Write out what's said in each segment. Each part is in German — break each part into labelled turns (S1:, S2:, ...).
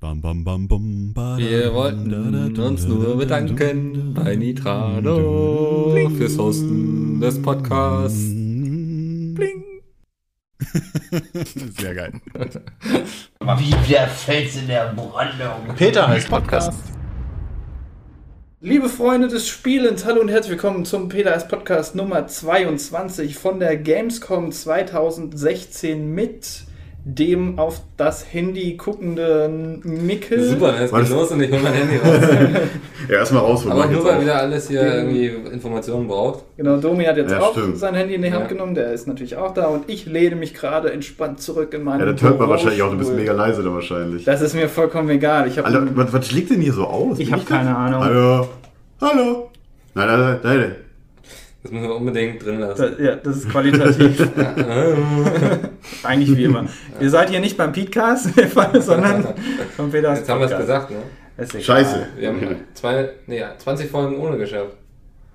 S1: Bam, bam, bam, bum, badam,
S2: Wir wollten
S1: dadadum,
S2: uns nur
S1: dadadum,
S2: bedanken bei Nitrado fürs Hosten des Podcasts.
S1: Bling. Sehr geil.
S3: Wie der Fels in der Brandung.
S4: Peter heißt Podcast.
S5: Liebe Freunde des Spielens, hallo und herzlich willkommen zum PDS Podcast Nummer 22 von der Gamescom 2016 mit dem auf das Handy guckenden Mikkel.
S2: Super, jetzt
S4: Was?
S2: geht los und ich hol mein Handy raus.
S4: Ja, erstmal rausholen.
S2: Aber
S4: mach
S2: nur
S4: jetzt
S2: weil
S4: auf.
S2: wieder alles hier irgendwie Informationen braucht.
S5: Genau, Domi hat jetzt
S4: Ja,
S5: auch
S4: stimmt.
S5: sein Handy in die Hand
S2: Ja.
S5: genommen, der ist natürlich auch da und ich lehne mich gerade entspannt zurück in meinen
S4: Ja, das hört man
S5: Bürostuhl.
S4: wahrscheinlich auch. Du bist mega leise da wahrscheinlich.
S5: Das ist mir vollkommen egal. Ich habe
S4: Alter, was, was schlägt denn hier so aus?
S5: Ich
S4: Bin
S5: hab keine
S4: das?
S5: Ahnung.
S4: Hallo. Hallo. Nein, nein, nein, nein.
S2: Das müssen wir unbedingt drin lassen.
S5: ja, das ist qualitativ. Eigentlich wie immer. Ihr seid hier nicht beim Podcast, sondern vom Peters
S2: Jetzt haben wir es gesagt, ne?
S5: Ist egal.
S4: Scheiße.
S2: Wir haben zwei, nee, 20 Folgen ohne geschafft.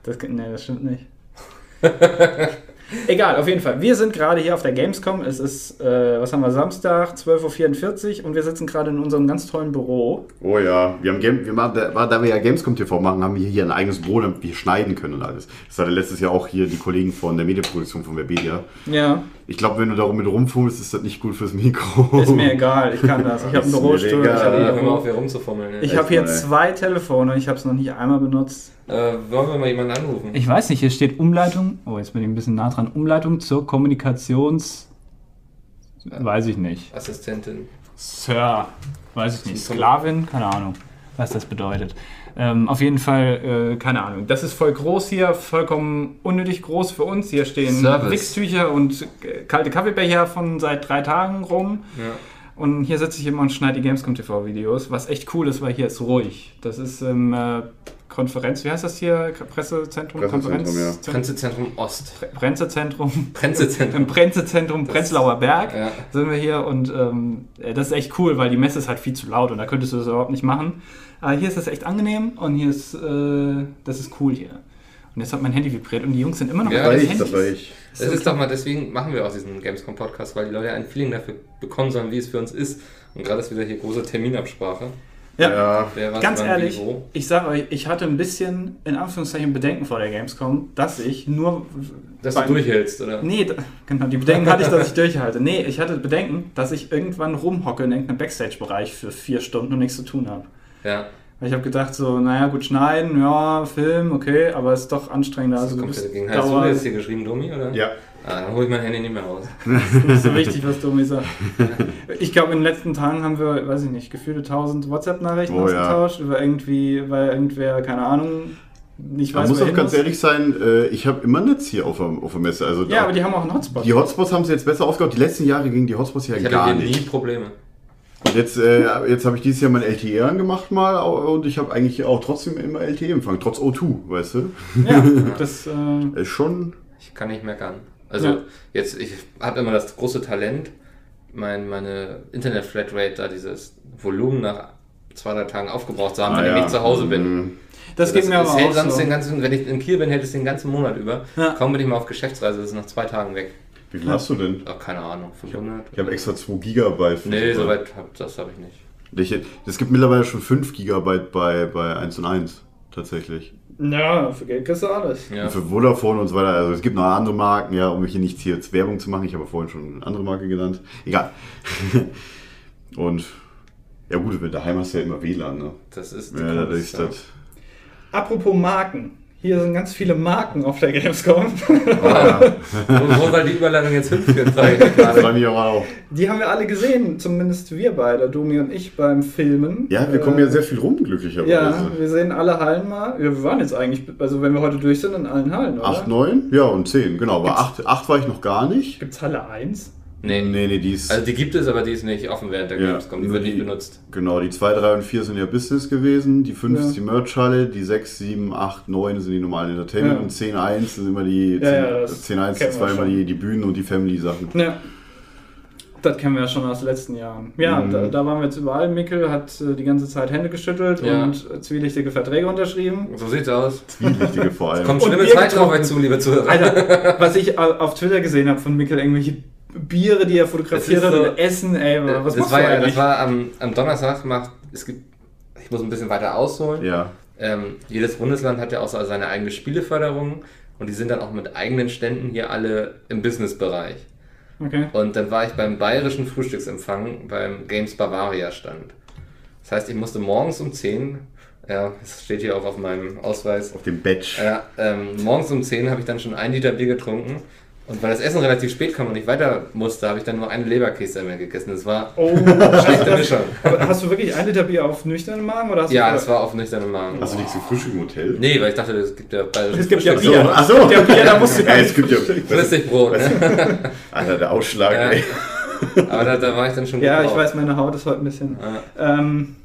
S5: Das, nee, das stimmt nicht. Egal, auf jeden Fall. Wir sind gerade hier auf der Gamescom. Es ist, äh, was haben wir, Samstag, 12.44 Uhr und wir sitzen gerade in unserem ganz tollen Büro.
S4: Oh ja, wir haben Game, wir machen, da, war- da wir ja Gamescom TV machen, haben wir hier ein eigenes Büro, damit wir schneiden können und alles. Das hatte letztes Jahr auch hier die Kollegen von der Medienproduktion von Webedia.
S5: Ja,
S4: Ich glaube, wenn du darum mit rumfummelst, ist das nicht gut fürs Mikro.
S5: ist mir egal, ich kann das. Ich habe einen
S4: Ist mir
S5: Bürostuhl. Ich
S4: egal.
S2: Ja, hör mal
S5: habe
S2: auf, hier rumzufummeln. Ne?
S5: ich hab hier
S4: Echt mal, ey.
S5: zwei Telefone, ich habe es noch nicht einmal benutzt.
S2: Äh, wollen wir mal jemanden anrufen?
S5: Ich weiß nicht, hier steht Umleitung. Oh, jetzt bin ich ein bisschen nah dran. Umleitung zur Kommunikations. Weiß ich nicht.
S2: Assistentin.
S5: Sir, weiß ich nicht. Sklavin, keine Ahnung, was das bedeutet. Ähm, auf jeden Fall, äh, keine Ahnung. Das ist voll groß hier, vollkommen unnötig groß für uns. Hier stehen
S2: Service.
S5: Wichstücher und äh, kalte Kaffeebecher von seit drei Tagen rum.
S2: Ja.
S5: Und hier sitze ich immer und schneide die Gamescom TV Videos, was echt cool ist, weil hier ist ruhig. Das ist im äh, Konferenz, wie heißt das hier? Pressezentrum?
S4: Pressezentrum,
S5: Konferenzzentrum?
S2: Prenzezentrum Ost.
S5: Prenzezentrum. Im
S2: Prenzezentrum.
S5: Prenzezentrum Prenzlauer Berg
S2: Ja.
S5: sind wir hier und ähm, das ist echt cool, weil die Messe ist halt viel zu laut und da könntest du das überhaupt nicht machen. Aber hier ist das echt angenehm und hier ist, äh, das ist cool hier. Und jetzt hat mein Handy vibriert und die Jungs sind immer noch
S2: Ja,
S4: Das war
S5: ihren
S4: ich, das
S5: Handys.
S4: war ich.
S2: Das ist doch mal, deswegen machen wir auch diesen Gamescom-Podcast, weil die Leute ein Feeling dafür bekommen sollen, wie es für uns ist. Und gerade ist wieder hier große Terminabsprache.
S5: Ja.
S4: Ja.
S2: Wer was
S5: Ganz
S2: wann,
S5: ehrlich,
S2: Wie, wo.
S5: ich sage euch, ich hatte ein bisschen, in Anführungszeichen, Bedenken vor der Gamescom, dass ich nur...
S2: Dass du
S5: beim-
S2: durchhältst, oder?
S5: Nee, da- genau, die Bedenken hatte ich, dass ich durchhalte. Nee, ich hatte Bedenken, dass ich irgendwann rumhocke in irgendeinem Backstage-Bereich für vier Stunden und nichts zu tun habe.
S2: Ja.
S5: Weil ich habe gedacht, so, naja, gut, schneiden, ja, Film, okay, aber ist doch anstrengender.
S2: Das
S5: Also, du
S2: kommt
S5: bist
S2: dagegen. Hast du
S5: dauernd-
S2: das hier geschrieben, Domi, oder?
S4: Ja.
S2: Ah, dann hole ich mein Handy nicht mehr raus.
S5: nicht so wichtig, was Domi sagt. Ich glaube, in den letzten Tagen haben wir, weiß ich nicht, gefühlte 1000 WhatsApp-Nachrichten
S4: Oh, ja.
S5: ausgetauscht über irgendwie, weil irgendwer, keine Ahnung, nicht
S4: Man
S5: weiß,
S4: muss
S5: wer
S4: auch
S5: hin
S4: ganz
S5: muss.
S4: ehrlich sein, äh, ich habe immer Netz hier auf der, auf der Messe. Also
S5: Ja,
S4: da-
S5: aber die haben auch einen Hotspot.
S4: die Hotspots haben sie jetzt besser aufgebaut. Die letzten Jahre gingen die Hotspots ja
S2: Ich hatte
S4: gar
S2: hier nie
S4: nicht.
S2: Probleme.
S4: Und jetzt, äh, jetzt habe ich dieses Jahr mein LTE angemacht mal und ich habe eigentlich auch trotzdem immer LTE-Empfang, trotz O2, weißt du?
S5: ja, das, äh,
S4: Ist schon.
S2: Ich kann nicht meckern. Also
S5: Ja.
S2: jetzt, ich habe immer das große Talent, mein, meine Internet-Flatrate, da dieses Volumen nach zwei, drei Tagen aufgebraucht zu haben, wenn
S4: Ah,
S2: ich
S4: ja.
S2: nicht zu Hause bin. Also
S4: Mhm.
S5: das geht mir aber
S2: hält
S5: auch
S2: sonst
S5: so.
S2: den ganzen, Wenn ich in Kiel bin, hält es den ganzen Monat über.
S5: Ja.
S2: Kaum bin ich mal auf Geschäftsreise, das ist nach zwei Tagen weg.
S4: Wie viel hast du denn?
S2: Ach, keine Ahnung, 500?
S4: Ich habe extra 2 Gigabyte.
S2: nee, soweit hab, das habe ich nicht.
S4: Ich- Es gibt mittlerweile schon 5 Gigabyte bei, bei 1 und 1, tatsächlich.
S5: Ja, für Geld kriegst du alles.
S2: Ja.
S4: Und für Vodafone und so weiter. Also es gibt noch andere Marken, ja, um hier nicht hier jetzt Werbung zu machen. Ich habe vorhin schon eine andere Marke genannt. Egal. und ja gut, wenn daheim hast du ja immer WLAN, ne?
S2: Das ist die
S4: Ja, das
S2: Kunst,
S4: ist das.
S5: Apropos Marken. Hier sind ganz viele Marken auf der Gamescom.
S2: ja. Wo, wo soll die Überleitung jetzt hinführen? Sag ich dir
S4: Das
S2: gerade.
S4: war mir aber auch.
S5: Die haben wir alle gesehen, zumindest wir beide, Domi und ich, beim Filmen. Äh,
S4: Ja, wir kommen ja sehr Also. viel rum, glücklicherweise.
S5: Ja, wir sehen alle Hallen mal. Ja, Wir waren jetzt eigentlich, also wenn wir heute durch sind, in allen Hallen, oder?
S4: 8, 9? Ja, und 10, genau. Aber
S5: Gibt's-
S4: 8, 8 war ich noch gar nicht.
S5: Gibt's Halle 1?
S2: nee.
S4: Nee, nee, die ist.
S2: Also die gibt es, aber die ist nicht offen während der
S4: Ja,
S2: Gamescom. Die
S4: nur
S2: wird nicht
S4: die-
S2: benutzt.
S4: genau, die 2, 3 und 4 sind ja Business gewesen. Die 5
S5: Ja.
S4: ist die Merch-Halle. Die 6, 7, 8, 9 sind die normalen Entertainment.
S5: Ja.
S4: Und 10, 1 sind immer die. 10,
S5: Ja, ja, das
S4: 10 1
S5: kennen
S4: sind
S5: wir
S4: zweimal
S5: schon.
S4: die, die Bühnen und die Family-Sachen.
S5: Ja. Das kennen wir ja schon aus den letzten Jahren. Ja,
S4: Mhm.
S5: da, da waren wir jetzt überall. Mikkel hat äh, die ganze Zeit Hände geschüttelt
S2: Ja.
S5: und äh, zwielichtige Verträge unterschrieben.
S2: So sieht's aus.
S4: Zwielichtige vor allem.
S2: Kommt
S5: Und
S2: schlimme
S5: Bier
S2: Zeit auf euch
S5: getrunken.
S2: zu, liebe Zuhörer.
S5: Alter, was ich äh, auf Twitter gesehen habe von Mikkel, irgendwelche Biere, die er fotografiert
S2: Das
S5: hat
S2: ist so-
S5: und Essen, ey, was
S2: das
S5: machst
S2: war,
S5: du
S2: ja,
S5: eigentlich?
S2: das war am, am Donnerstag macht, es gibt, ich muss ein bisschen weiter ausholen.
S4: Ja.
S2: Ähm, jedes Bundesland hat ja auch so seine eigene Spieleförderung und die sind dann auch mit eigenen Ständen hier alle im Businessbereich.
S5: okay.
S2: Und dann war ich beim bayerischen Frühstücksempfang beim Games Bavaria Stand. Das heißt, ich musste morgens um 10, ja, das steht hier auch auf meinem Ausweis,
S4: Auf dem Batch.
S2: ja, ähm, morgens um 10 habe ich dann schon ein Liter Bier getrunken. Und weil das Essen relativ spät kam und ich weiter musste, habe ich dann nur eine Leberkäse mehr gegessen. Das war
S5: Oh,
S2: schlechte Mischung.
S5: aber hast du wirklich ein Liter Bier auf nüchternen Magen? Oder hast
S2: Ja,
S5: du
S2: das war auf nüchternen Magen.
S4: Hast du nichts gefrühstückt im Hotel?
S2: Nee, weil ich dachte, es gibt ja bayerische
S5: Es gibt ja
S2: Frühstücks-
S5: Bier.
S4: Ach so.
S5: Ja, Bier, da musst du gar
S4: Ey,
S5: nicht
S4: es gibt ja,
S2: Flüssigbrot, ne?
S4: Alter, der Ausschlag,
S2: Ja.
S4: ey.
S2: Aber da, da war ich dann schon
S5: Ja,
S2: gut
S5: ich
S2: drauf.
S5: weiß, meine Haut ist heute ein bisschen.
S2: Ja.
S5: Ähm,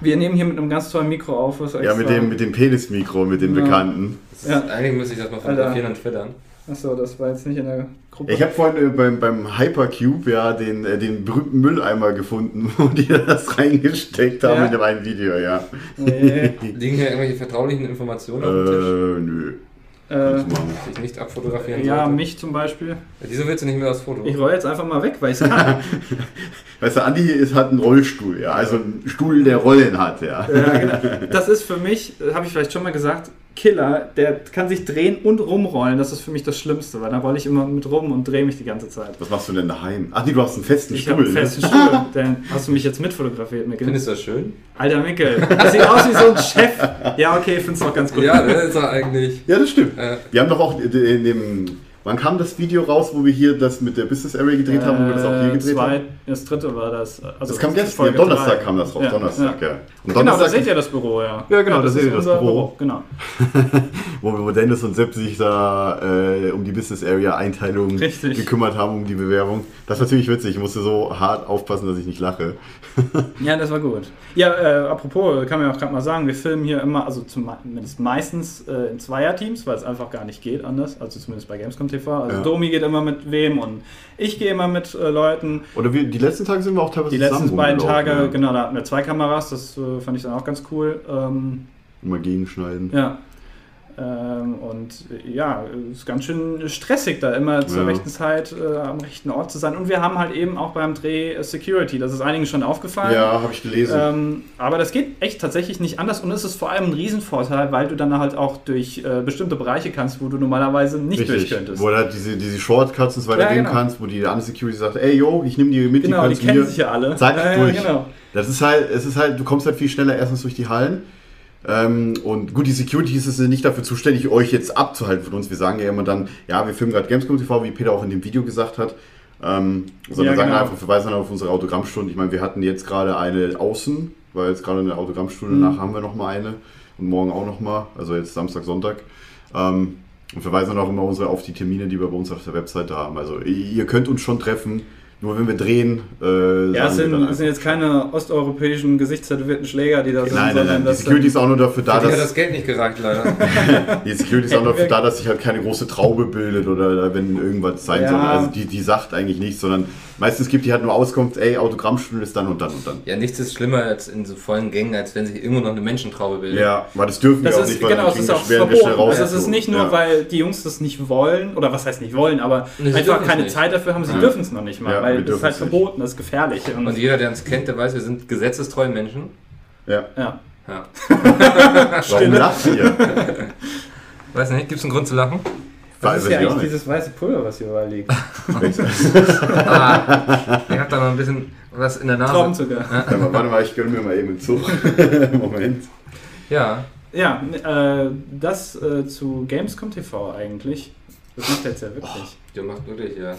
S5: wir nehmen hier mit einem ganz tollen Mikro auf. Was
S4: Ja, mit dem, mit dem Penismikro, mit dem
S5: Ja.
S4: Bekannten.
S2: Das ist-
S5: Ja.
S2: Eigentlich müsste ich das mal fotografieren und twittern.
S5: Achso, das war jetzt nicht in der Gruppe.
S4: Ich habe vorhin äh, beim, beim Hypercube ja den, äh, den berühmten Mülleimer gefunden, wo die das reingesteckt haben
S5: Ja.
S4: in dem einen Video, ja.
S5: Nee.
S2: Liegen hier irgendwelche vertraulichen Informationen
S4: Äh,
S2: auf dem Tisch,
S4: nö.
S5: äh,
S4: Kannst du machen.
S2: die ich nicht abfotografieren
S5: ja,
S2: sollte?
S5: mich zum Beispiel.
S2: Wieso willst du nicht mehr das Foto?
S5: Ich roll jetzt einfach mal weg, weil ich kann.
S4: Weißt du, Andi ist, hat einen Rollstuhl, ja. Also einen Stuhl, der Rollen hat, ja.
S5: Ja, genau. das ist für mich, habe ich vielleicht schon mal gesagt, Killer, der kann sich drehen und rumrollen. Das ist für mich das Schlimmste, weil da rolle ich immer mit rum und drehe mich die ganze Zeit.
S4: Was machst du denn daheim? Ach nee, du hast einen festen
S5: Ich habe
S4: Stuhl.
S5: einen
S4: ne?
S5: festen Stuhl. Dann hast du mich jetzt mitfotografiert, Mikkel.
S2: Findest du das schön?
S5: Alter Mikkel, das sieht aus wie so ein Chef. Ja, okay, find's auch ganz gut.
S2: Ja, das ist doch eigentlich.
S4: Ja, das stimmt.
S2: Äh.
S4: Wir haben doch auch in dem. Wann kam das Video raus, wo wir hier das mit der Business Area gedreht haben, wo wir das auch hier
S5: Äh,
S4: gedreht
S5: zwei,
S4: haben?
S5: Das dritte war das. Also
S4: Das kam
S5: die
S4: gestern, ja,
S5: Folge
S4: Donnerstag
S5: drei.
S4: kam das raus,
S5: Ja,
S4: Donnerstag, ja. Und
S5: Genau, da
S4: Donnerstag,
S5: seht ihr das Büro, ja.
S4: Ja, genau, da seht
S5: ist
S4: ihr das
S5: unser
S4: Büro.
S5: Genau.
S4: wo, wo Dennis und Sepp sich da äh, um die Business Area Einteilung
S5: Richtig.
S4: gekümmert haben, um die Bewerbung. Das ist natürlich witzig, ich musste so hart aufpassen, dass ich nicht lache.
S5: Ja, das war gut. Ja, äh, apropos, kann man ja auch gerade mal sagen, wir filmen hier immer, also zumindest meistens äh, in Zweierteams, weil es einfach gar nicht geht anders. Also zumindest bei Gamescom TV. Also
S4: Ja.
S5: Domi geht immer mit wem und ich gehe immer mit äh, Leuten.
S4: Oder wir, die letzten Tage sind wir auch teilweise ne?
S5: Die letzten
S4: zusammen
S5: beiden
S4: rumgelaufen,
S5: Tage,
S4: ja.
S5: genau, da hatten wir zwei Kameras, das äh, fand ich dann auch ganz cool. Ähm,
S4: Immer gegenschneiden.
S5: ja. Ähm, und äh, ja, ist ganz schön stressig, da immer zur
S4: Ja.
S5: rechten Zeit äh, am rechten Ort zu sein. Und wir haben halt eben auch beim Dreh äh, Security, das ist einigen schon aufgefallen.
S4: Ja, habe ich gelesen.
S5: Ähm, aber das geht echt tatsächlich nicht anders und es ist vor allem ein Riesenvorteil, weil du dann halt auch durch äh, bestimmte Bereiche kannst, wo du normalerweise nicht durch könntest.
S4: Wo du halt diese, diese Shortcuts und so weiter
S5: Ja,
S4: gehen
S5: genau.
S4: kannst, wo die andere Security sagt, ey yo, ich nehme die mit,
S5: genau, die
S4: kannst du
S5: kennen
S4: mir-
S5: sich ja alle.
S4: Zack,
S5: ja, ja,
S4: durch.
S5: Genau.
S4: Das ist halt, es ist halt, du kommst halt viel schneller erstens durch die Hallen. Ähm, und gut, die Security ist es nicht dafür zuständig, euch jetzt abzuhalten von uns. Wir sagen ja immer dann, ja, wir filmen gerade Gamescom TV, wie Peter auch in dem Video gesagt hat. Ähm, sondern
S5: Ja,
S4: sagen
S5: genau.
S4: einfach, verweisen dann auf unsere Autogrammstunde. Ich meine, wir hatten jetzt gerade eine außen, weil jetzt gerade eine Autogrammstunde
S5: Mhm.
S4: nach haben wir nochmal eine und morgen auch nochmal, also jetzt Samstag, Sonntag. Ähm, und verweisen dann auch immer unsere auf die Termine, die wir bei uns auf der Webseite haben. Also ihr könnt uns schon treffen, nur wenn wir drehen. Äh,
S5: Ja, es
S4: sagen wir dann
S5: sind,
S4: einfach.
S5: es sind jetzt keine osteuropäischen gesichtstätowierten Schläger, die da sind,
S4: Nein, nein, nein. Die
S5: das
S4: Security ist auch nur dafür da,
S2: Für die hat das
S4: dass
S2: Geld nicht gereicht, leider.
S4: die Security ist auch nur dafür da, dass sich halt keine große Traube bildet oder wenn irgendwas sein
S5: Ja.
S4: soll. Also die, die sagt eigentlich nichts, sondern meistens gibt die halt nur Auskunft, ey, Autogrammstunde ist dann und dann und dann.
S2: ja, nichts ist schlimmer als in so vollen Gängen, als wenn sich irgendwo noch eine Menschentraube bildet.
S4: Ja, weil das dürfen
S5: das
S4: wir auch
S5: ist,
S4: nicht, weil
S5: genau,
S4: dann
S5: das ist
S4: kriegen
S5: auch
S4: wir- werden wir schnell
S5: verboten. Also
S4: raus.
S5: es ist nicht nur,
S4: ja.
S5: weil die Jungs das nicht wollen, oder was heißt nicht wollen, aber
S2: Nee, sie
S5: einfach
S2: dürfen es
S5: keine
S2: nicht.
S5: Zeit dafür haben, sie
S4: Ja.
S5: dürfen es noch nicht mal,
S4: Ja, wir
S5: weil das
S4: dürfen
S5: ist halt
S4: es nicht.
S5: verboten, das ist gefährlich. Und,
S2: Und jeder, der uns kennt, der weiß, wir sind gesetzestreue Menschen.
S4: Ja.
S5: ja.
S2: Ja.
S4: Warum lacht ihr?
S2: Weiß nicht, gibt es einen Grund zu lachen?
S5: Was
S4: Weiß
S5: ist ja
S4: ich auch
S5: eigentlich
S4: nicht.
S5: dieses weiße Pulver, was hier überall liegt?
S2: Ah, ich hab da noch ein bisschen was in der Nase.
S5: Traubenzucker.
S4: Warte mal, warte mal, ich gönne mir mal eben einen Zug. Moment.
S2: Ja,
S5: Ja, äh, das äh, zu Gamescom TV eigentlich. Das macht er jetzt ja wirklich.
S4: Oh.
S2: der macht wirklich, ja.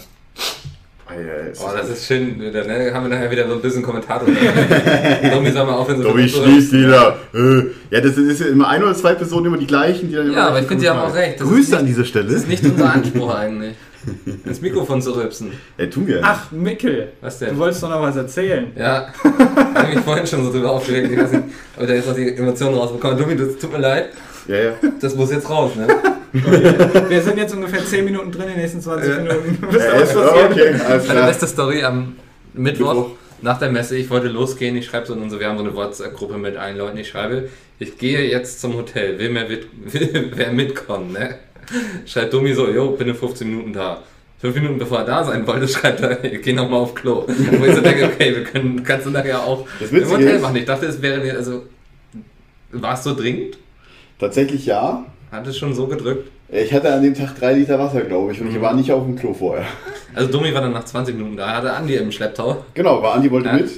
S4: Alter, ist
S2: Oh, das ist schön. Da ne, haben wir nachher wieder so ein bisschen Kommentator. Domi, sag mal auf, wenn so
S4: Dobby
S2: so-
S4: schließt wieder. Äh, Ja, das ist ja immer ein oder zwei Personen immer die gleichen, die dann immer
S2: Ja, aber
S4: gleich
S2: ich finde, die haben auch
S4: Kommentare.
S2: recht. Das ist
S4: Grüße
S2: nicht-
S4: an dieser Stelle.
S2: Das ist nicht unser Anspruch eigentlich. Ins Mikrofon zu rübsen.
S4: Ey, tun wir.
S5: Ach, Mickel,
S2: Was denn?
S5: du wolltest doch noch was erzählen.
S2: Ja, da hab ich mich vorhin schon so drüber aufgeregt. Ich weiß nicht, ob da jetzt noch die Emotionen rausbekommen. Domi, das tut mir leid.
S4: Ja, ja.
S2: Das muss jetzt raus, ne?
S5: Wir sind jetzt ungefähr 10 Minuten drin, die nächsten 20
S2: Ja.
S5: Minuten.
S4: Ja,
S5: Wisst ihr, was
S4: ist-
S5: passiert?
S4: Äh, okay, alles
S2: Meine
S4: klar.
S2: beste Story am Mittwoch,
S4: Mittwoch.
S2: nach der Messe. Ich wollte losgehen. Ich schreibe so in unsere, wir haben so eine WhatsApp-Gruppe mit allen Leuten. Ich schreibe, ich gehe jetzt zum Hotel. Will mehr mit, will, wer mitkommen, ne? Schreibt Domi so, jo, bin in 15 Minuten da. fünf Minuten bevor er da sein wollte, schreibt er, "Hey, geh nochmal auf Klo. Wo ich so denke, okay, wir können, kannst du nachher auch
S4: Das
S2: im
S4: Witzige
S2: Hotel
S4: ist-
S2: machen. Ich dachte, es wäre, mir- also, war es so dringend?
S4: Tatsächlich ja.
S2: Hat es schon so gedrückt?
S4: Ich hatte an dem Tag drei Liter Wasser, glaube ich, und
S2: Mhm.
S4: ich war nicht auf dem Klo vorher.
S2: Also, Domi war dann nach 20 Minuten da, hatte Andi im Schlepptau.
S4: Genau, war Andi wollte
S2: Ja.
S4: mit.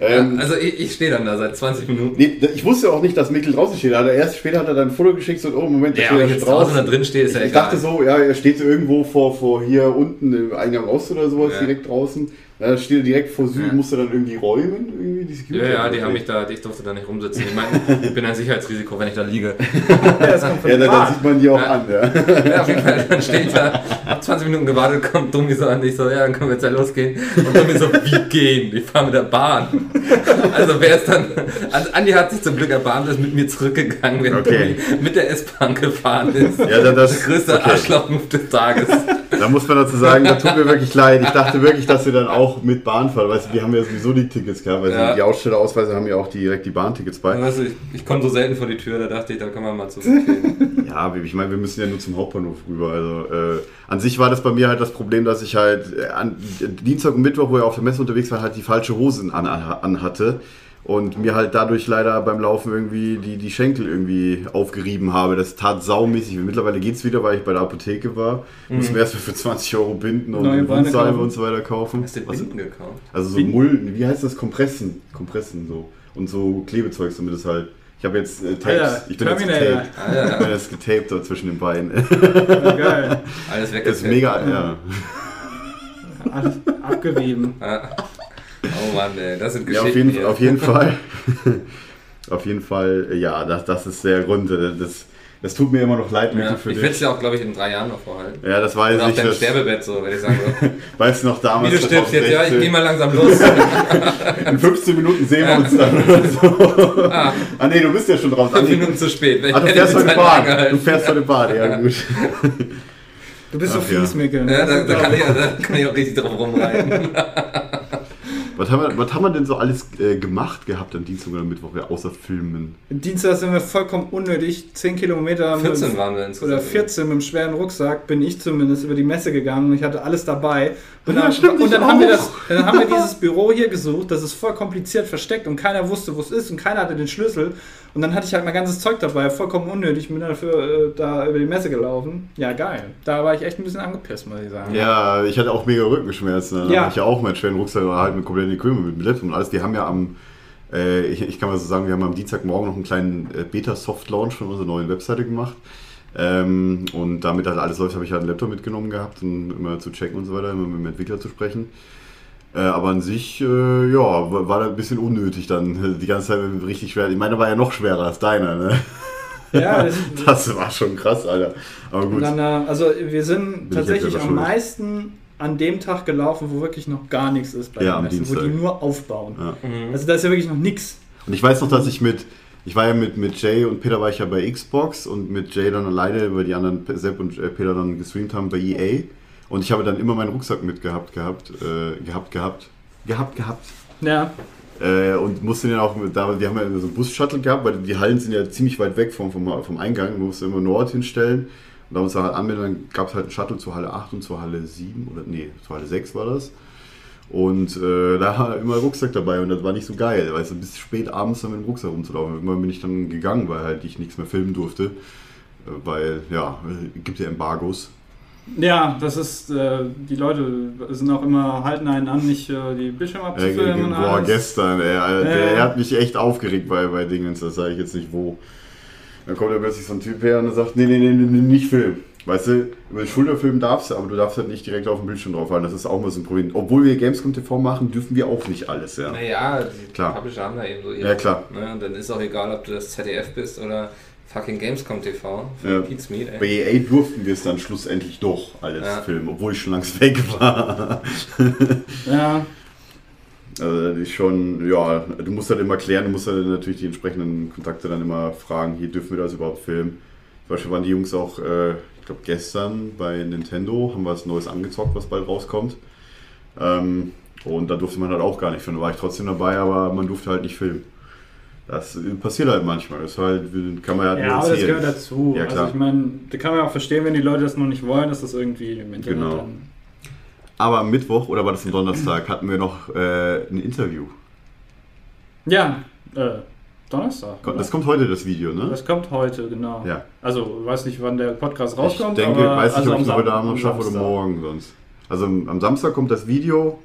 S4: Ähm,
S2: ja, also, ich, ich stehe dann da seit 20 Minuten.
S4: nee, da- ich wusste auch nicht, dass Mikkel draußen steht. Da Hat er erst später hat er dann ein Foto geschickt und oh Moment, da
S2: Ja,
S4: steht
S2: ob
S4: er
S2: ich
S4: schon
S2: jetzt draußen oder drin stehe, ist ja
S4: ich
S2: egal.
S4: dachte so, ja, er steht irgendwo vor, vor hier unten im Eingang raus oder sowas,
S2: Ja.
S4: direkt draußen. Da steht er direkt vor Süd,
S2: Ja.
S4: musste dann irgendwie räumen, irgendwie die
S2: ja,
S4: Security.
S2: ja, die haben mich da, ich durfte da nicht rumsitzen. Ich meine, ich bin ein Sicherheitsrisiko, wenn ich da liege.
S5: Das kommt von
S4: Ja, dann, dann
S5: Bahn.
S4: sieht man die auch
S2: Ja.
S4: an, ja.
S2: Ja, auf jeden Fall, dann stehe ich da, hab 20 Minuten gewartet, kommt Domi so an, ich so, ja, dann können wir jetzt ja losgehen. Und Domi so, wie gehen? Ich fahre mit der Bahn. Also wer ist dann, also Andi hat sich zum Glück erbarmt, ist mit mir zurückgegangen, während
S4: Okay.
S2: Domi mit der S-Bahn gefahren ist.
S4: Ja, dann das-
S2: der größte
S4: okay.
S2: Arschlochmove des Tages.
S4: Da muss man dazu sagen, da tut mir wirklich leid. Ich dachte wirklich, dass wir dann auch mit Bahn fahren. Weißt du, die haben ja sowieso die Tickets gehabt. Weil
S2: Ja.
S4: die Ausstellerausweise haben ja auch direkt die Bahntickets bei.
S2: Und Weißt du, ich, ich komme so selten vor die Tür, da dachte ich, da können wir mal zu Fuß gehen.
S4: Ja, ich meine, wir müssen ja nur zum Hauptbahnhof rüber. Also äh, an sich war das bei mir halt das Problem, dass ich halt äh, an Dienstag und Mittwoch, wo wir auf der Messe unterwegs waren, halt die falsche Hosen an, an hatte und mir halt dadurch leider beim Laufen irgendwie die, die Schenkel irgendwie aufgerieben habe. Das tat saumäßig. Mittlerweile geht's wieder, weil ich bei der Apotheke war.
S2: Mhm.
S4: Mussten wir erstmal für 20 Euro binden und
S5: Neue
S4: eine
S5: Beine
S4: Wundsalbe
S5: kaufen.
S4: und so weiter kaufen.
S2: Hast du den
S4: Also,
S2: Binden gekauft?
S4: also so Mulden, wie heißt das? Kompressen. Kompressen so. Und so Klebezeug, damit es halt. Ich habe jetzt äh, Tapes.
S5: Ja,
S4: ich bin jetzt
S5: Terminator.
S4: getaped.
S2: Ah, ja,
S4: Wenn
S2: ja.
S4: das getaped da zwischen den Beinen.
S5: Geil.
S2: Alles weg.
S4: Das ist mega, ja.
S5: Alles abgeweben.
S2: Ah. Oh Mann, ey, das sind
S4: ja auf,
S2: Geschichten.
S4: jeden,
S2: hier.
S4: auf jeden Fall. auf jeden Fall, äh, ja, das, das ist der Grund. äh, Das, das tut mir immer noch leid, Mikkel,
S2: Ja,
S4: für
S2: ich werde
S4: dich.
S2: es ja auch, glaube ich, in drei Jahren noch vorhalten.
S4: Ja, das weiß
S2: Oder auf
S4: ich.
S2: deinem
S4: Das,
S2: Sterbebett so, wenn ich sagen würde.
S4: weißt du noch
S2: Wie
S4: damals?
S2: du stirbst jetzt, ja, ich
S4: 2016?
S2: gehe mal langsam los.
S4: In 15 Minuten sehen wir uns dann oder so.
S2: Ah,
S4: Ah, nee, du bist ja schon drauf. Ah,
S2: fünf
S4: nee,
S2: Minuten zu spät. Wenn
S4: ah, du
S2: ich
S4: fährst
S2: hätte die
S4: heute
S2: Zeit
S4: Bahn. Du
S2: eingehalten.
S4: fährst heute Bahn, ja, gut.
S5: Du bist so
S4: Ach ja.
S5: fies, Mikkel.
S2: Ja, da, da, kann ich, da kann ich auch richtig drauf rumreiten.
S4: Was haben, wir, was haben wir denn so alles äh, gemacht gehabt am Dienstag oder Mittwoch, ja, außer Filmen?
S5: Dienstag sind wir vollkommen unnötig. 10 Kilometer mit-
S2: 14 waren wir insgesamt.
S5: oder 14 mit einem schweren Rucksack bin ich zumindest über die Messe gegangen und ich hatte alles dabei. Und
S4: Ja,
S5: dann,
S4: stimmt,
S5: und dann
S4: ich
S5: haben wir
S4: auch.
S5: das, dann haben wir dieses Büro hier gesucht, das ist voll kompliziert versteckt und keiner wusste, wo es ist und keiner hatte den Schlüssel. Und dann hatte ich halt mein ganzes Zeug dabei, vollkommen unnötig, bin dafür äh, da über die Messe gelaufen. Ja, geil. Da war ich echt ein bisschen angepisst, muss ich sagen.
S4: Ja, ich hatte auch mega Rückenschmerzen. Dann
S5: Ja.
S4: habe ich ja auch meinen schweren Rucksack oder halt mit kompletten Equipment mit, mit Laptop und alles. Die haben ja am, äh, ich, ich kann mal so sagen, wir haben am Dienstagmorgen noch einen kleinen äh, Beta-Soft-Launch von unserer neuen Webseite gemacht. Ähm, und damit halt alles läuft, habe ich halt einen Laptop mitgenommen gehabt, um immer zu checken und so weiter, immer mit dem Entwickler zu sprechen. Äh, aber an sich, äh, ja, war, war da ein bisschen unnötig dann. Die ganze Zeit richtig schwer. Ich meine, war ja noch schwerer als deiner, ne?
S5: Ja, das,
S4: Das war schon krass, Alter. Aber
S5: Und
S4: gut.
S5: dann, äh, also wir sind
S4: ich
S5: tatsächlich
S4: jetzt
S5: am
S4: selber schuld.
S5: meisten an dem Tag gelaufen, wo wirklich noch gar nichts ist bei
S4: Ja,
S5: der
S4: am
S5: Messe, wo die
S4: Dienstag.
S5: nur aufbauen.
S4: Ja.
S5: Also da ist ja wirklich noch nichts.
S4: Und ich weiß noch, dass ich mit, ich war ja mit, mit Jay und Peter war ich ja bei Xbox und mit Jay dann alleine, weil die anderen Sepp und äh, Peter dann gestreamt haben bei EA. Und ich habe dann immer meinen Rucksack mitgehabt, gehabt, äh, gehabt, gehabt, gehabt, gehabt.
S5: Ja,
S4: Äh, und musste dann auch, mit- da, wir haben ja so einen Bus-Shuttle gehabt, weil die Hallen sind ja ziemlich weit weg vom, vom, vom Eingang, man musste immer Nord hinstellen. Und da haben wir uns dann halt anmelden, dann gab es halt einen Shuttle zur Halle 8 und zur Halle 7 oder nee, zur Halle 6 war das. Und äh, da war immer Rucksack dabei und das war nicht so geil, weißt du, bis spät abends dann mit dem Rucksack rumzulaufen. Irgendwann bin ich dann gegangen, weil halt ich nichts mehr filmen durfte. äh, Weil, ja, äh, gibt ja Embargos.
S5: ja, das ist, äh, die Leute sind auch immer, halten einen an, nicht äh, die Bildschirme
S4: Äh,
S5: abzufilmen. und
S4: boah,
S5: alles.
S4: gestern, ey, Alter,
S5: Ja,
S4: der
S5: ja.
S4: hat mich echt aufgeregt bei, bei Dingens, das sage ich jetzt nicht wo. Dann kommt da plötzlich so ein Typ her und sagt, nee, nee, nee, nee, nee, nicht filmen. Weißt du, über die Schulter filmen darfst du, aber du darfst halt nicht direkt auf dem Bildschirm draufhalten. Das ist auch mal so ein Problem. Obwohl wir Gamescom TV machen, dürfen wir auch nicht alles, ja.
S2: Naja, die
S4: Klar.
S2: Publisher haben da eben so ihre.
S4: Ja, klar.
S2: Ne? Und dann ist auch egal, ob du das ZDF bist oder fucking Gamescom TV. Von
S4: Ja.
S2: Pete's Meat,
S4: Bei
S2: ey.
S4: EA durften wir es dann schlussendlich doch alles
S2: Ja.
S4: filmen, obwohl ich schon langs weg war.
S5: Ja,
S4: Also das ist schon, ja, du musst halt immer klären, du musst halt natürlich die entsprechenden Kontakte dann immer fragen, hier dürfen wir das überhaupt filmen. Zum Beispiel waren die Jungs auch, äh, ich glaube gestern bei Nintendo, haben was Neues angezockt, was bald rauskommt. Ähm, und da durfte man halt auch gar nicht filmen. Da war ich trotzdem dabei, aber man durfte halt nicht filmen. Das äh, passiert halt manchmal. Das ist halt, kann man ja
S5: ja aber das
S4: erzählen.
S5: gehört dazu.
S4: Ja, klar.
S5: Also ich meine, da kann man auch verstehen, wenn die Leute das noch nicht wollen, dass das irgendwie im Internet
S4: Genau.
S5: dann
S4: Aber am Mittwoch, oder war das am Donnerstag, hatten wir noch äh, ein Interview.
S5: Ja, äh, Donnerstag. oder?
S4: Das kommt heute, das Video, ne?
S5: Das kommt heute, genau.
S4: Ja.
S5: Also, weiß nicht, wann der Podcast
S4: Ich
S5: rauskommt.
S4: denke,
S5: aber,
S4: weiß nicht,
S5: also
S4: ob ich es
S5: am
S4: heute
S5: Sam-
S4: Abend noch
S5: am
S4: schaffe oder
S5: Samstag.
S4: morgen sonst. Also am am Samstag kommt das Video.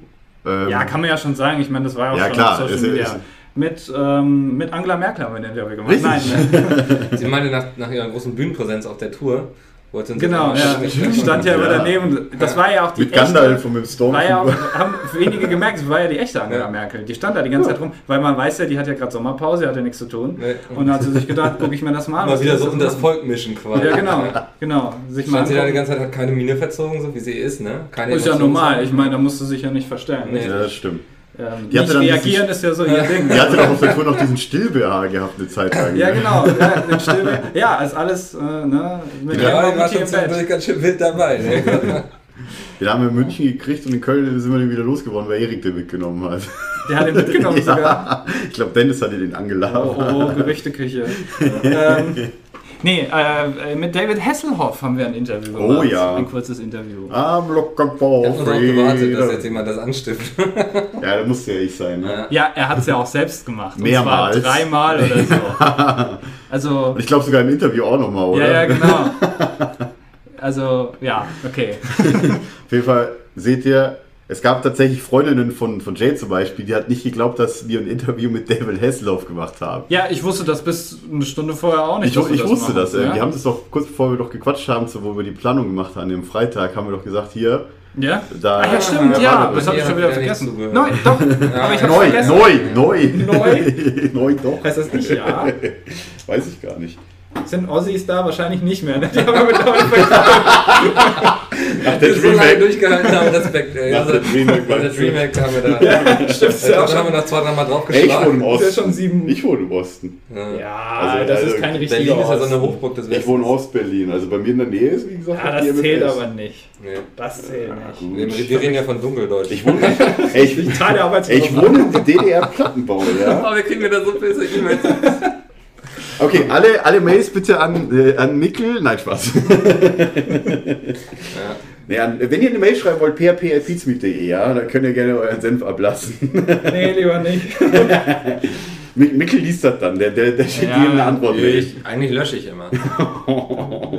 S4: ähm,
S5: Ja, kann man ja schon sagen. Ich meine, das war ja auch
S4: Ja,
S5: schon
S4: klar,
S5: auf Social
S4: es-
S5: Media.
S4: es-
S5: mit, ähm, mit Angela Merkel haben wir den Interview gemacht.
S4: Richtig.
S5: Nein,
S2: Sie meinte nach, nach ihrer großen Bühnenpräsenz auf der Tour, wollte uns
S5: genau, ja. Stand ja immer daneben. Das war ja auch die
S4: mit
S5: echte-
S4: Gandalf und mit dem Storm.
S5: War ja auch, haben wenige gemerkt, es war ja die echte Angela
S2: Ja.
S5: Merkel. Die stand da die ganze Zeit rum, weil man weiß ja, die hat ja gerade Sommerpause, hat ja nichts zu tun.
S2: Nee.
S5: Und dann hat sie sich gedacht, gucke ich mir das mal an.
S2: Mal
S5: was
S2: wieder
S5: ist
S2: so unter das
S5: denn?
S2: Volk mischen quasi.
S5: Ja, genau, genau. Sich
S2: Ich meine, sie da die
S5: angucken.
S2: ganze Zeit hat keine Miene verzogen, so wie sie ist, ne? Keine
S5: Ist ja
S2: Emotionen.
S5: normal, ich meine, da musst du sich ja nicht verstellen.
S2: Nee.
S4: ja, das stimmt.
S5: Ähm,
S4: Die
S5: nicht
S4: hatte dann
S5: reagieren
S4: diesen-
S5: ist ja so ihr Ding.
S4: Die hatte doch auf der Tour noch diesen Still-BH gehabt eine Zeit lang.
S5: Ja,
S4: ne?
S5: genau. Ja, den Stimme. ja ist alles äh, ne, mit
S2: Ja,
S5: Emma
S2: die war
S5: Mutti
S2: schon
S5: im Bett.
S2: zwischendurch ganz schön wild dabei. Ne?
S4: Den haben wir in München gekriegt und in Köln sind wir den wieder losgeworden, weil Erik den mitgenommen hat.
S5: Der hat ihn mitgenommen sogar.
S4: Ich glaube, Dennis hatte den
S5: Oh,
S4: angeladen.
S5: oh, oh Gerichteküche. ähm, nee, äh, mit David Hasselhoff haben wir ein Interview gemacht.
S4: Oh ja.
S5: Ein kurzes Interview.
S4: Am locker
S2: Ich hab uns auch gewartet, dass jetzt
S4: Ja,
S2: jemand das anstiftet.
S4: das musste ja ich sein. Ne?
S5: Ja, er hat es ja auch selbst gemacht. Und
S4: Mehrmals.
S5: zwar dreimal oder so. Also,
S4: Und ich glaube sogar im Interview auch nochmal,
S5: ja,
S4: oder?
S5: ja, genau. Also, ja, okay.
S4: Auf jeden Fall seht ihr, es gab tatsächlich Freundinnen von, von Jay zum Beispiel, die hat nicht geglaubt, dass wir ein Interview mit David Hasselhoff gemacht haben.
S5: Ja, ich wusste das bis eine Stunde vorher auch nicht.
S4: Ich,
S5: dass wir
S4: ich wusste
S5: machen.
S4: das. Äh,
S5: ja?
S4: Wir haben das doch kurz bevor wir doch gequatscht haben, so, wo wir die Planung gemacht haben, am Freitag, haben wir doch gesagt, hier,
S5: Ja?
S4: da.
S5: Ach ja, stimmt,
S4: da
S5: ja.
S4: war
S5: Das
S4: doch-
S5: habe ich
S2: Ihr
S5: schon
S2: habt
S5: wieder
S2: ja nicht
S5: vergessen.
S2: zugehört.
S5: Nein, doch. Aber ich habe
S4: Neu,
S5: vergessen.
S4: neu, neu.
S5: Neu?
S4: neu doch.
S2: Heißt das nicht?
S5: Ja,
S4: Weiß ich gar nicht.
S5: sind Ossis da wahrscheinlich nicht mehr. Ne? Die haben wir mittlerweile vergessen.
S4: Nach
S2: Dass
S4: der
S2: wir so lange
S4: Remake.
S2: durchgehalten haben, Respekt. Ey. Also,
S4: Nach dem Remake,
S2: Nach
S4: meinst
S2: dem
S4: du?
S2: Remake haben wir da. Ja,
S5: Stimmt's
S2: da
S5: ja auch
S2: haben wir
S5: schon.
S2: noch zwei, dreimal
S4: Ey, ich wohne
S2: draufgeschlagen.
S4: im
S5: Das
S4: Osten.
S5: ist schon sieben.
S4: Ich wohne im Osten.
S5: Ja,
S4: Also,
S5: das
S4: also,
S5: ist kein richtiger
S2: Berlin ist ja so eine
S5: Osten.
S2: Hochburg des Westens.
S4: Ich wohne in Ostberlin. Also bei mir in der Nähe ist, wie gesagt,
S5: Ah,
S4: die
S5: das
S4: MFS.
S5: zählt aber nicht.
S2: Nee.
S5: Das zählt nicht.
S4: Gut.
S2: Wir wir reden ja von Dunkeldeutsch.
S4: Ich wohne, ey, ich,
S5: Ich trage aber
S4: ey, ich wohne im DDR-Plattenbau, ja.
S2: Oh, wir kriegen wieder so böse E-Mails.
S4: Okay, alle, alle Mails bitte an, äh, an Mickel. Nein, Spaß. Nee, an, wenn ihr eine Mail schreiben wollt, php.pizmeet.de, e, ja, dann könnt ihr gerne euren Senf ablassen.
S5: Nee, lieber nicht.
S4: Mi- Mickel liest das dann, der, der, der schickt
S5: Ja,
S4: jedem eine Antwort. mit.
S2: Ich, eigentlich lösche ich immer.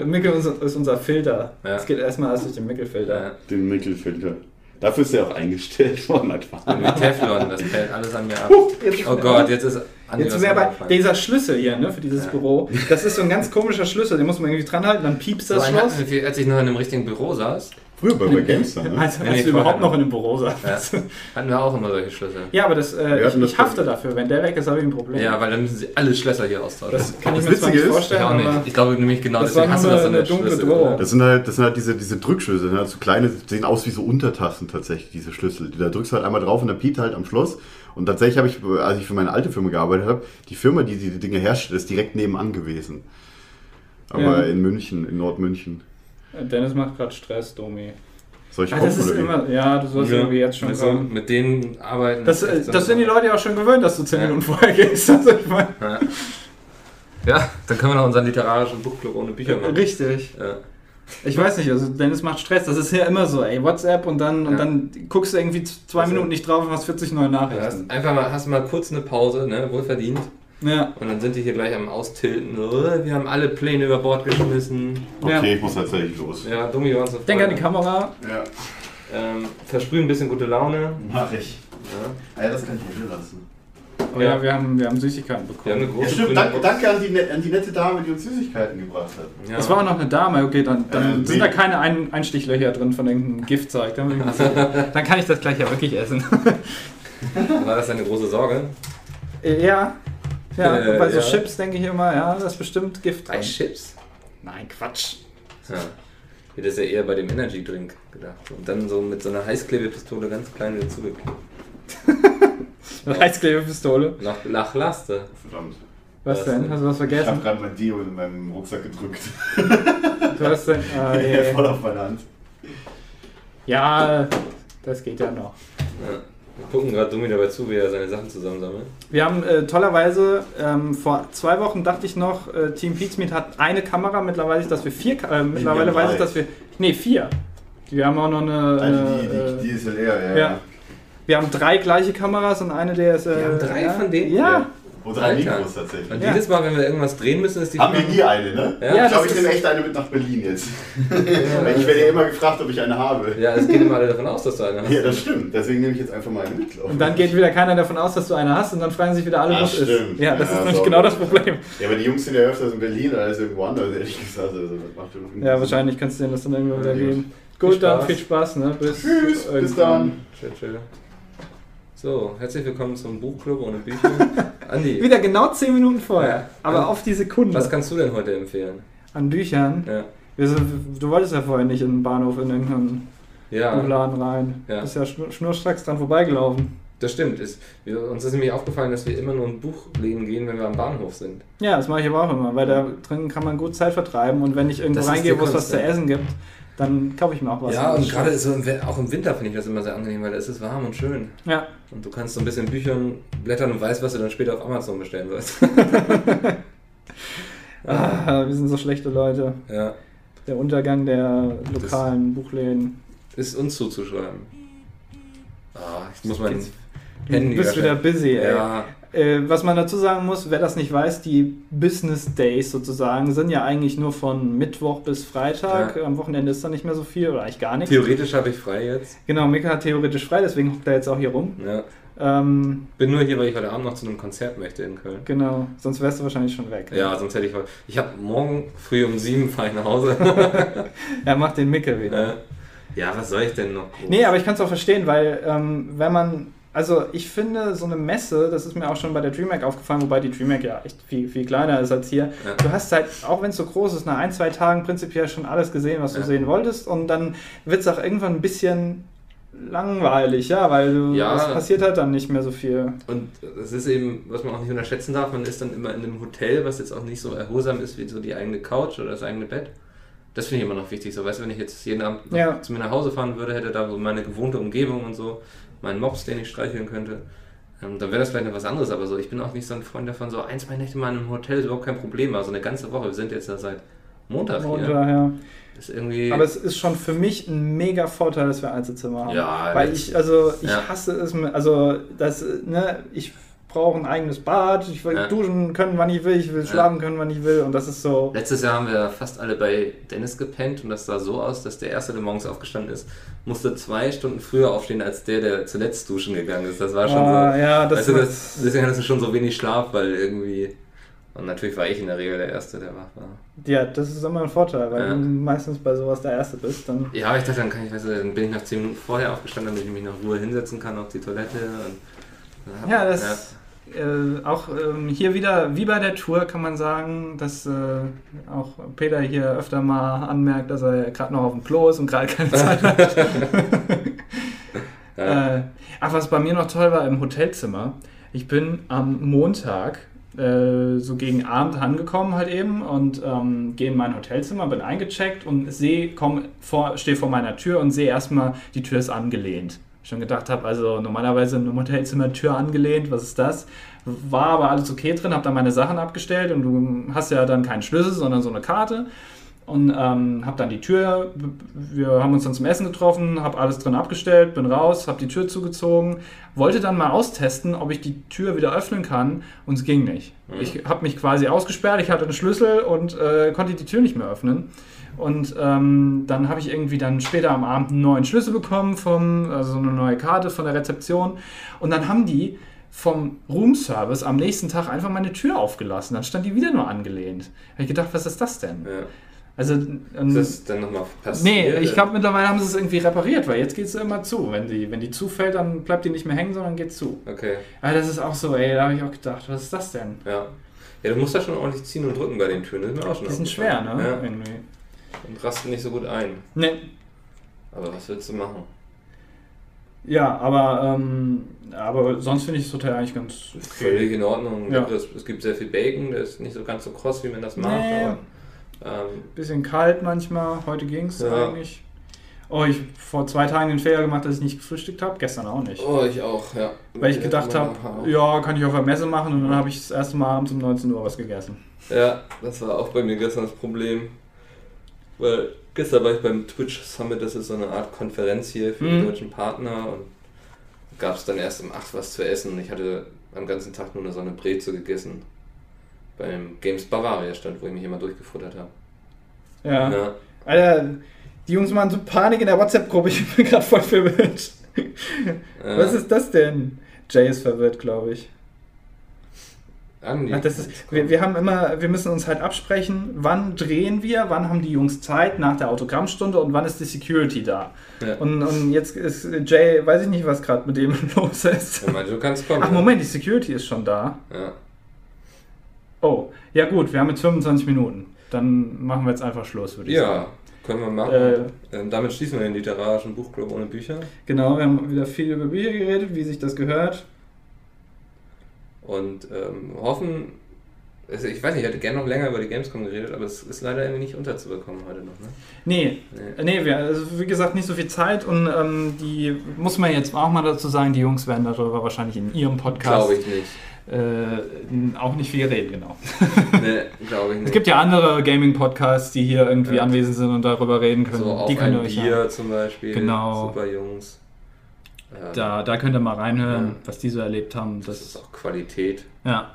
S5: Mickel ist ist unser Filter.
S2: Ja.
S5: Es geht erstmal erst durch den Mickelfilter.
S2: Ja.
S4: Den Mickel-Filter. Dafür ist er auch eingestellt worden, einfach.
S2: Mit Teflon, das fällt alles an mir ab.
S5: Jetzt,
S2: Oh Gott, jetzt ist Andi
S5: jetzt
S2: was
S5: sind wir bei
S2: angefallen.
S5: dieser Schlüssel hier, ne, für dieses
S2: Ja.
S5: Büro. Das ist so ein ganz komischer Schlüssel, den muss man irgendwie dran halten, dann piepst
S2: so
S5: das
S2: ein
S5: Schloss.
S2: hatten wir, als ich noch in einem richtigen Büro saß,
S4: Früher bei, bei GameStar, ne?
S5: Also,
S2: Nee,
S5: als
S2: nee,
S5: du überhaupt
S2: vorher.
S5: noch in dem Büro
S2: ja,
S5: saß.
S2: hatten wir auch immer solche Schlüssel.
S5: Ja, aber das, äh,
S4: Wir
S5: ich,
S4: hatten das
S5: ich hafte dafür. Wenn der weg ist, habe ich ein Problem.
S2: Ja, weil dann müssen sie alle Schlösser hier austauschen.
S5: das kann ich
S4: das
S5: mir zwar nicht
S4: Witzige ist,
S2: ich
S5: vorstellen,
S2: auch
S5: aber
S2: nicht. Ich glaube nämlich genau,
S5: Das
S2: deswegen
S5: war
S2: hast du
S5: nur
S2: das so
S5: eine
S2: eine
S5: dunkle
S2: Schlüssel.
S5: Drohung.
S4: Das sind halt, das sind halt diese, diese Drückschlüssel, ne? so kleine, sehen aus wie so Untertassen tatsächlich, diese Schlüssel. Da drückst du halt einmal drauf und dann piept halt am Schluss. Und tatsächlich habe ich, als ich für meine alte Firma gearbeitet habe, die Firma, die die Dinge herstellt, ist direkt nebenan gewesen. Aber
S5: Ja.
S4: in München, in Nordmünchen.
S5: Dennis macht gerade Stress, Domi.
S4: Soll ich
S5: Ah,
S4: auch
S5: das ist immer, ja, du sollst irgendwie jetzt schon
S2: mit, so,
S5: kommen.
S2: mit denen arbeiten.
S5: Das,
S2: ist echt
S5: äh,
S2: so-
S5: das sind die Leute ja auch schon gewöhnt, dass du 10
S2: Ja.
S5: Minuten vorher gehst. Also ich meine,
S2: Ja. ja, dann können wir noch unseren literarischen Buchclub ohne Bücher machen.
S5: richtig.
S2: Ja.
S5: Ich weiß nicht, also Dennis macht Stress. Das ist ja immer so, ey. WhatsApp und dann, und
S2: Ja.
S5: dann guckst du irgendwie z- zwei
S2: Also-
S5: Minuten nicht drauf und hast 40 neue
S2: Du hast
S5: Nachrichten.
S2: einfach mal, hast mal kurz eine Pause, ne? wohlverdient.
S5: Ja.
S2: Und dann sind die hier gleich am Austilten. Oh, wir haben alle Pläne über Bord geschmissen.
S4: Okay,
S5: ja.
S4: ich muss tatsächlich los.
S2: Ja, dumme waren so
S5: Denk an die Kamera.
S4: Ja,
S2: Ähm, versprühen ein bisschen gute Laune.
S4: mach ich. Ah Ja, das kann ich mir lassen.
S5: Oh ja, wir, haben, wir haben Süßigkeiten bekommen.
S2: Wir haben eine große
S4: Ja, stimmt,
S2: grüne
S4: danke,
S2: Box.
S4: danke an, die, ne- an die nette Dame, die uns Süßigkeiten gebracht hat.
S2: Ja.
S5: Das war auch noch eine Dame, okay, dann, dann
S4: Äh,
S5: sind
S4: nee.
S5: da keine ein Einstichlöcher drin von irgendeinem Giftzeug. Dann, bin ich- dann kann ich das gleich ja wirklich essen.
S2: War das deine große Sorge?
S5: Äh, ja. Ja,
S2: Äh,
S5: bei so
S2: ja.
S5: Chips denke ich immer, ja, das ist bestimmt Gift
S2: Drei
S5: drin.
S2: Chips?
S5: Nein, Quatsch.
S2: Ja. Ich hätte es ja eher bei dem Energy Drink gedacht. Und dann so mit so einer Heißklebepistole ganz klein wieder zugeklebt.
S5: Eine Reizklebepistole.
S2: Nach, nach Laste.
S4: Verdammt.
S5: Was
S2: Was
S5: denn?
S2: denn?
S5: Hast du was
S4: Äh, Ich habe
S5: vergessen?
S4: gerade mein Deo in meinem Rucksack gedrückt.
S5: Du hast denn, ah, je.
S4: Voll auf meine Hand.
S5: ja, das geht ja noch.
S2: Ja. Wir gucken gerade dumm dabei zu, wie er seine Sachen zusammensammelt.
S5: Wir haben äh, tollerweise, ähm, vor zwei Wochen dachte ich noch, äh, Team Pizmeet hat eine Kamera, mittlerweile weiß ich, dass wir vier, Ka- äh, mittlerweile
S4: haben drei.
S5: weiß ich, dass wir, nee, vier. Wir haben auch noch eine.
S4: Also
S5: äh,
S4: die, die, die ist leer, ja.
S5: ja.
S4: ja.
S5: Wir haben drei gleiche Kameras und eine der ist. Äh,
S2: Wir haben drei
S5: ja.
S2: von denen?
S5: Ja.
S4: Und drei
S2: Alter.
S4: Mikros tatsächlich.
S2: Und
S5: Ja.
S2: jedes Mal, wenn wir irgendwas drehen müssen, ist die
S4: Haben wir nie eine, ne?
S2: Ja,
S4: ich glaube,
S5: das
S4: ich
S5: ist-
S4: nehme echt eine mit nach Berlin jetzt. Weil ich werde ja immer gefragt, ob ich eine habe.
S2: Ja, es gehen immer alle davon aus, dass du eine hast.
S4: Ja, das stimmt. Deswegen nehme ich jetzt einfach mal eine mit. glaub ich.
S5: Und dann geht wieder keiner davon aus, dass du eine hast und dann fragen sich wieder alle,
S4: Ah,
S5: was ist.
S4: stimmt.
S5: Ja, das
S4: Ja,
S5: ist nämlich
S4: sorry.
S5: genau das Problem.
S4: Ja, aber die Jungs sind ja öfters in Berlin als irgendwo anders, ehrlich gesagt. Also, das macht schon irgendwie
S5: Ja,
S4: Sinn.
S5: wahrscheinlich kannst du denen das dann irgendwann wieder
S4: Ja, gut.
S5: geben. Gut,
S2: Viel
S5: dann
S2: Spaß.
S5: viel Spaß, ne? Bis,
S4: Tschüss, bis
S5: irgendwann.
S4: dann.
S2: Chill, chill. So, herzlich willkommen zum Buchclub ohne Bücher. Andi,
S5: Wieder genau 10 Minuten vorher,
S2: Ja.
S5: aber auf die Sekunde.
S2: was kannst du denn heute empfehlen?
S5: An Büchern.
S2: Ja.
S5: Wieso- Du wolltest ja vorher nicht in den Bahnhof in irgendeinen
S2: Ja,
S5: Buchladen rein.
S2: Ja.
S5: Bist ja schnur- schnurstracks dran vorbeigelaufen.
S2: das stimmt. Ist, wir, uns ist nämlich aufgefallen, dass wir immer nur in Buchläden gehen, wenn wir am Bahnhof sind.
S5: Ja, das mache ich aber auch immer, weil da drin kann man gut Zeit vertreiben und wenn ich irgendwo
S2: Das ist
S5: reingehe,
S2: die
S5: wo es
S2: Kunst,
S5: was zu
S2: ja.
S5: essen gibt, dann kaufe ich mir auch was.
S2: ja, und gerade so im, We- auch im Winter finde ich das immer sehr angenehm, weil es ist warm und schön.
S5: Ja,
S2: Und du kannst so ein bisschen Büchern blättern und weißt, was du dann später auf Amazon bestellen sollst.
S5: ah, wir sind so schlechte Leute.
S2: ja,
S5: Der Untergang der lokalen Buchläden.
S2: ist uns zuzuschreiben. Ah, ich muss mein
S5: Jetzt-
S2: Handy
S5: Du bist wieder
S2: öffnen.
S5: busy, ey.
S2: Ja,
S5: Äh, was man dazu sagen muss, wer das nicht weiß, die Business Days sozusagen sind ja eigentlich nur von Mittwoch bis Freitag.
S2: Ja.
S5: Am Wochenende ist da nicht mehr so viel oder eigentlich gar nichts.
S2: theoretisch habe ich frei jetzt.
S5: Genau, Mika hat theoretisch frei, deswegen hockt er jetzt auch hier rum.
S2: Ja.
S5: Ähm,
S2: Bin nur hier, weil ich heute Abend noch zu einem Konzert möchte in Köln.
S5: genau, sonst wärst du wahrscheinlich schon weg.
S2: Ja, sonst hätte ich heute. Ich habe morgen früh um sieben fahre ich nach Hause.
S5: Er macht den Mickel wieder.
S2: Äh, ja, was soll ich denn noch? groß?
S5: Nee, aber ich kann es auch verstehen, weil ähm, wenn man, also ich finde so eine Messe, das ist mir auch schon bei der DreamHack aufgefallen, wobei die DreamHack ja echt viel, viel kleiner ist als hier.
S2: Ja.
S5: Du hast halt, auch wenn es so groß ist, nach ein, zwei Tagen prinzipiell schon alles gesehen, was du
S2: Ja.
S5: sehen wolltest und dann wird es auch irgendwann ein bisschen langweilig, ja, weil du,
S2: Ja.
S5: es passiert halt dann nicht mehr so viel.
S2: Und das ist eben, was man auch nicht unterschätzen darf, man ist dann immer in einem Hotel, was jetzt auch nicht so erholsam ist wie so die eigene Couch oder das eigene Bett. Das finde ich immer noch wichtig. So, weißt du, wenn ich jetzt jeden Abend noch
S5: Ja.
S2: zu mir nach Hause fahren würde, hätte da so meine gewohnte Umgebung und so, meinen Mops, den ich streicheln könnte, ähm, dann wäre das vielleicht noch was anderes. Aber so, ich bin auch nicht so ein Freund davon, so ein, zwei Nächte mal in einem Hotel ist überhaupt kein Problem. Also eine ganze Woche, wir sind jetzt da seit Montag
S5: Und
S2: hier.
S5: daher.
S2: Ist irgendwie.
S5: Aber es ist schon für mich ein mega Vorteil, dass wir Einzelzimmer haben.
S2: Ja,
S5: Weil
S2: das-
S5: ich, also ich
S2: ja.
S5: hasse es, mit- also das, ne, ich brauche ein eigenes Bad, ich will
S2: Ja.
S5: duschen können, wann ich will, ich will schlafen können, wann ich will und das ist so.
S2: Letztes Jahr haben wir fast alle bei Dennis gepennt und das sah so aus, dass der Erste, der morgens aufgestanden ist, musste zwei Stunden früher aufstehen als der, der zuletzt duschen gegangen ist. Das war schon
S5: Ah,
S2: so.
S5: ja, das
S2: weißt du,
S5: macht-
S2: das, deswegen hattest du schon so wenig Schlaf, weil irgendwie. Und natürlich war ich in der Regel der Erste, der wach war.
S5: Ja, das ist immer ein Vorteil, weil
S2: Ja.
S5: du meistens bei sowas der Erste bist. Dann,
S2: Ja, aber ich dachte, dann kann ich, weißt du, dann bin ich noch zehn Minuten vorher aufgestanden, damit ich mich noch Ruhe hinsetzen kann auf die Toilette. Und,
S5: ja, das Äh, auch ähm, hier wieder, wie bei der Tour, kann man sagen, dass äh, auch Peter hier öfter mal anmerkt, dass er gerade noch auf dem Klo ist und gerade keine Zeit hat.
S2: Ja.
S5: Äh, ach, was bei mir noch toll war im Hotelzimmer. Ich bin am Montag äh, so gegen Abend angekommen halt eben und ähm, gehe in mein Hotelzimmer, bin eingecheckt und sehe, komm vor, stehe vor meiner Tür und sehe erstmal, die Tür ist angelehnt. Ich Schon gedacht habe, also normalerweise in einem Hotelzimmer Tür angelehnt, was ist das? War aber alles okay drin, habe dann meine Sachen abgestellt und du hast ja dann keinen Schlüssel, sondern so eine Karte und ähm, habe dann die Tür, wir haben uns dann zum Essen getroffen, habe alles drin abgestellt, bin raus, habe die Tür zugezogen, wollte dann mal austesten, ob ich die Tür wieder öffnen kann und es ging nicht. Ich habe mich quasi ausgesperrt, ich hatte einen Schlüssel und äh, konnte die Tür nicht mehr öffnen. Und ähm, dann habe ich irgendwie dann später am Abend einen neuen Schlüssel bekommen, vom, also so eine neue Karte von der Rezeption. Und dann haben die vom Roomservice am nächsten Tag einfach meine Tür aufgelassen. Dann stand die wieder nur angelehnt. Habe ich gedacht, was ist das denn?
S2: Ja.
S5: Also, ähm,
S2: Ist das dann nochmal passiert?
S5: nee, ich glaube, mittlerweile haben sie es irgendwie repariert, weil jetzt geht es immer zu. Wenn die, wenn die zufällt, dann bleibt die nicht mehr hängen, sondern geht zu.
S2: Okay,
S5: Aber das ist auch so, ey, da habe ich auch gedacht, was ist das denn?
S2: ja. Ja, du musst da schon ordentlich ziehen und drücken bei den Türen. Das ist mir auch schon
S5: Die sind schwer,
S2: aufgefallen.
S5: ne? Irgendwie. Ne,
S2: Ja. Und rasten nicht so gut ein.
S5: Nee.
S2: Aber was willst du machen?
S5: Ja, aber, ähm, aber sonst finde ich das Hotel eigentlich ganz
S2: Völlig in Ordnung.
S5: Ja.
S2: Es, es gibt sehr viel Bacon, der ist nicht so ganz so kross, wie man das mag.
S5: Nee.
S2: Aber, ähm,
S5: Bisschen kalt manchmal, heute ging es
S2: Ja.
S5: eigentlich. Oh, ich habe vor zwei Tagen den Fehler gemacht, dass ich nicht gefrühstückt habe, gestern auch nicht.
S2: oh, ich auch, ja.
S5: Weil ich gedacht habe, ja, kann ich auf der Messe machen und dann habe ich das erste Mal abends um 19 Uhr was gegessen.
S2: Ja, das war auch bei mir gestern das Problem. Weil Gestern war ich beim Twitch Summit, das ist so eine Art Konferenz hier für die
S5: Mhm.
S2: deutschen Partner und gab es dann erst um 8 was zu essen und ich hatte am ganzen Tag nur eine Sonne Breze gegessen. Beim Games Bavaria stand, wo ich mich immer durchgefuttert habe.
S5: Ja.
S2: Ja.
S5: Alter, die Jungs machen so Panik in der WhatsApp-Gruppe. Ich bin gerade voll verwirrt.
S2: Ja.
S5: Was ist das denn? Jay ist verwirrt, glaube ich.
S2: Andi.
S5: Ach, das ist, wir, wir haben immer, wir müssen uns halt absprechen, wann drehen wir, wann haben die Jungs Zeit nach der Autogrammstunde und wann ist die Security da.
S2: Ja.
S5: Und, und jetzt ist Jay, weiß ich nicht, was gerade mit dem los ist.
S2: Ja, meinte, du kannst kommen.
S5: Ach
S2: ja.
S5: Moment, die Security ist schon da.
S2: Ja.
S5: Oh, ja gut, wir haben jetzt 25 Minuten. Dann machen wir jetzt einfach Schluss, würde ich sagen.
S2: ja, können wir machen.
S5: Äh.
S2: Ähm, damit schließen wir den literarischen Buchclub ohne Bücher.
S5: Genau, wir haben wieder viel über Bücher geredet, wie sich das gehört.
S2: Und ähm, hoffen, also ich weiß nicht, ich hätte gerne noch länger über die Gamescom geredet, aber es ist leider irgendwie nicht unterzubekommen heute noch. Ne?
S5: Nee,
S2: Nee.
S5: äh, nee wir, also wie gesagt, nicht so viel Zeit und ähm, die, muss man jetzt auch mal dazu sagen, die Jungs werden darüber wahrscheinlich in ihrem Podcast
S2: Glaube ich nicht.
S5: äh, auch nicht viel reden, genau.
S2: Nee, glaube ich nicht.
S5: Es gibt ja andere Gaming-Podcasts, die hier irgendwie
S2: Ja.
S5: anwesend sind und darüber reden können.
S2: so auf
S5: die könnt ihr
S2: ein
S5: euch
S2: Bier zum Beispiel.
S5: Genau.
S2: Super Jungs. Ähm,
S5: da, da könnt ihr mal reinhören,
S2: Ja.
S5: was die so erlebt haben.
S2: Das
S5: Das,
S2: ist auch Qualität.
S5: ja,
S2: Ja.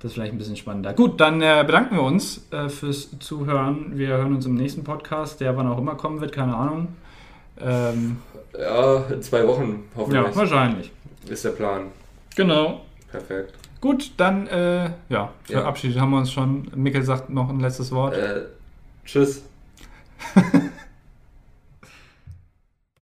S5: das ist vielleicht ein bisschen spannender. Gut, dann äh, bedanken wir uns äh, fürs Zuhören. Wir hören uns im nächsten Podcast, der wann auch immer kommen wird, keine Ahnung. Ähm,
S2: Ja, in zwei Wochen
S5: ja,
S2: hoffentlich
S5: wahrscheinlich.
S2: ist der Plan.
S5: Genau.
S2: Perfekt.
S5: Gut, dann äh, ja, verabschiedet haben wir uns schon. Mikkel sagt noch ein letztes Wort.
S2: Äh, tschüss.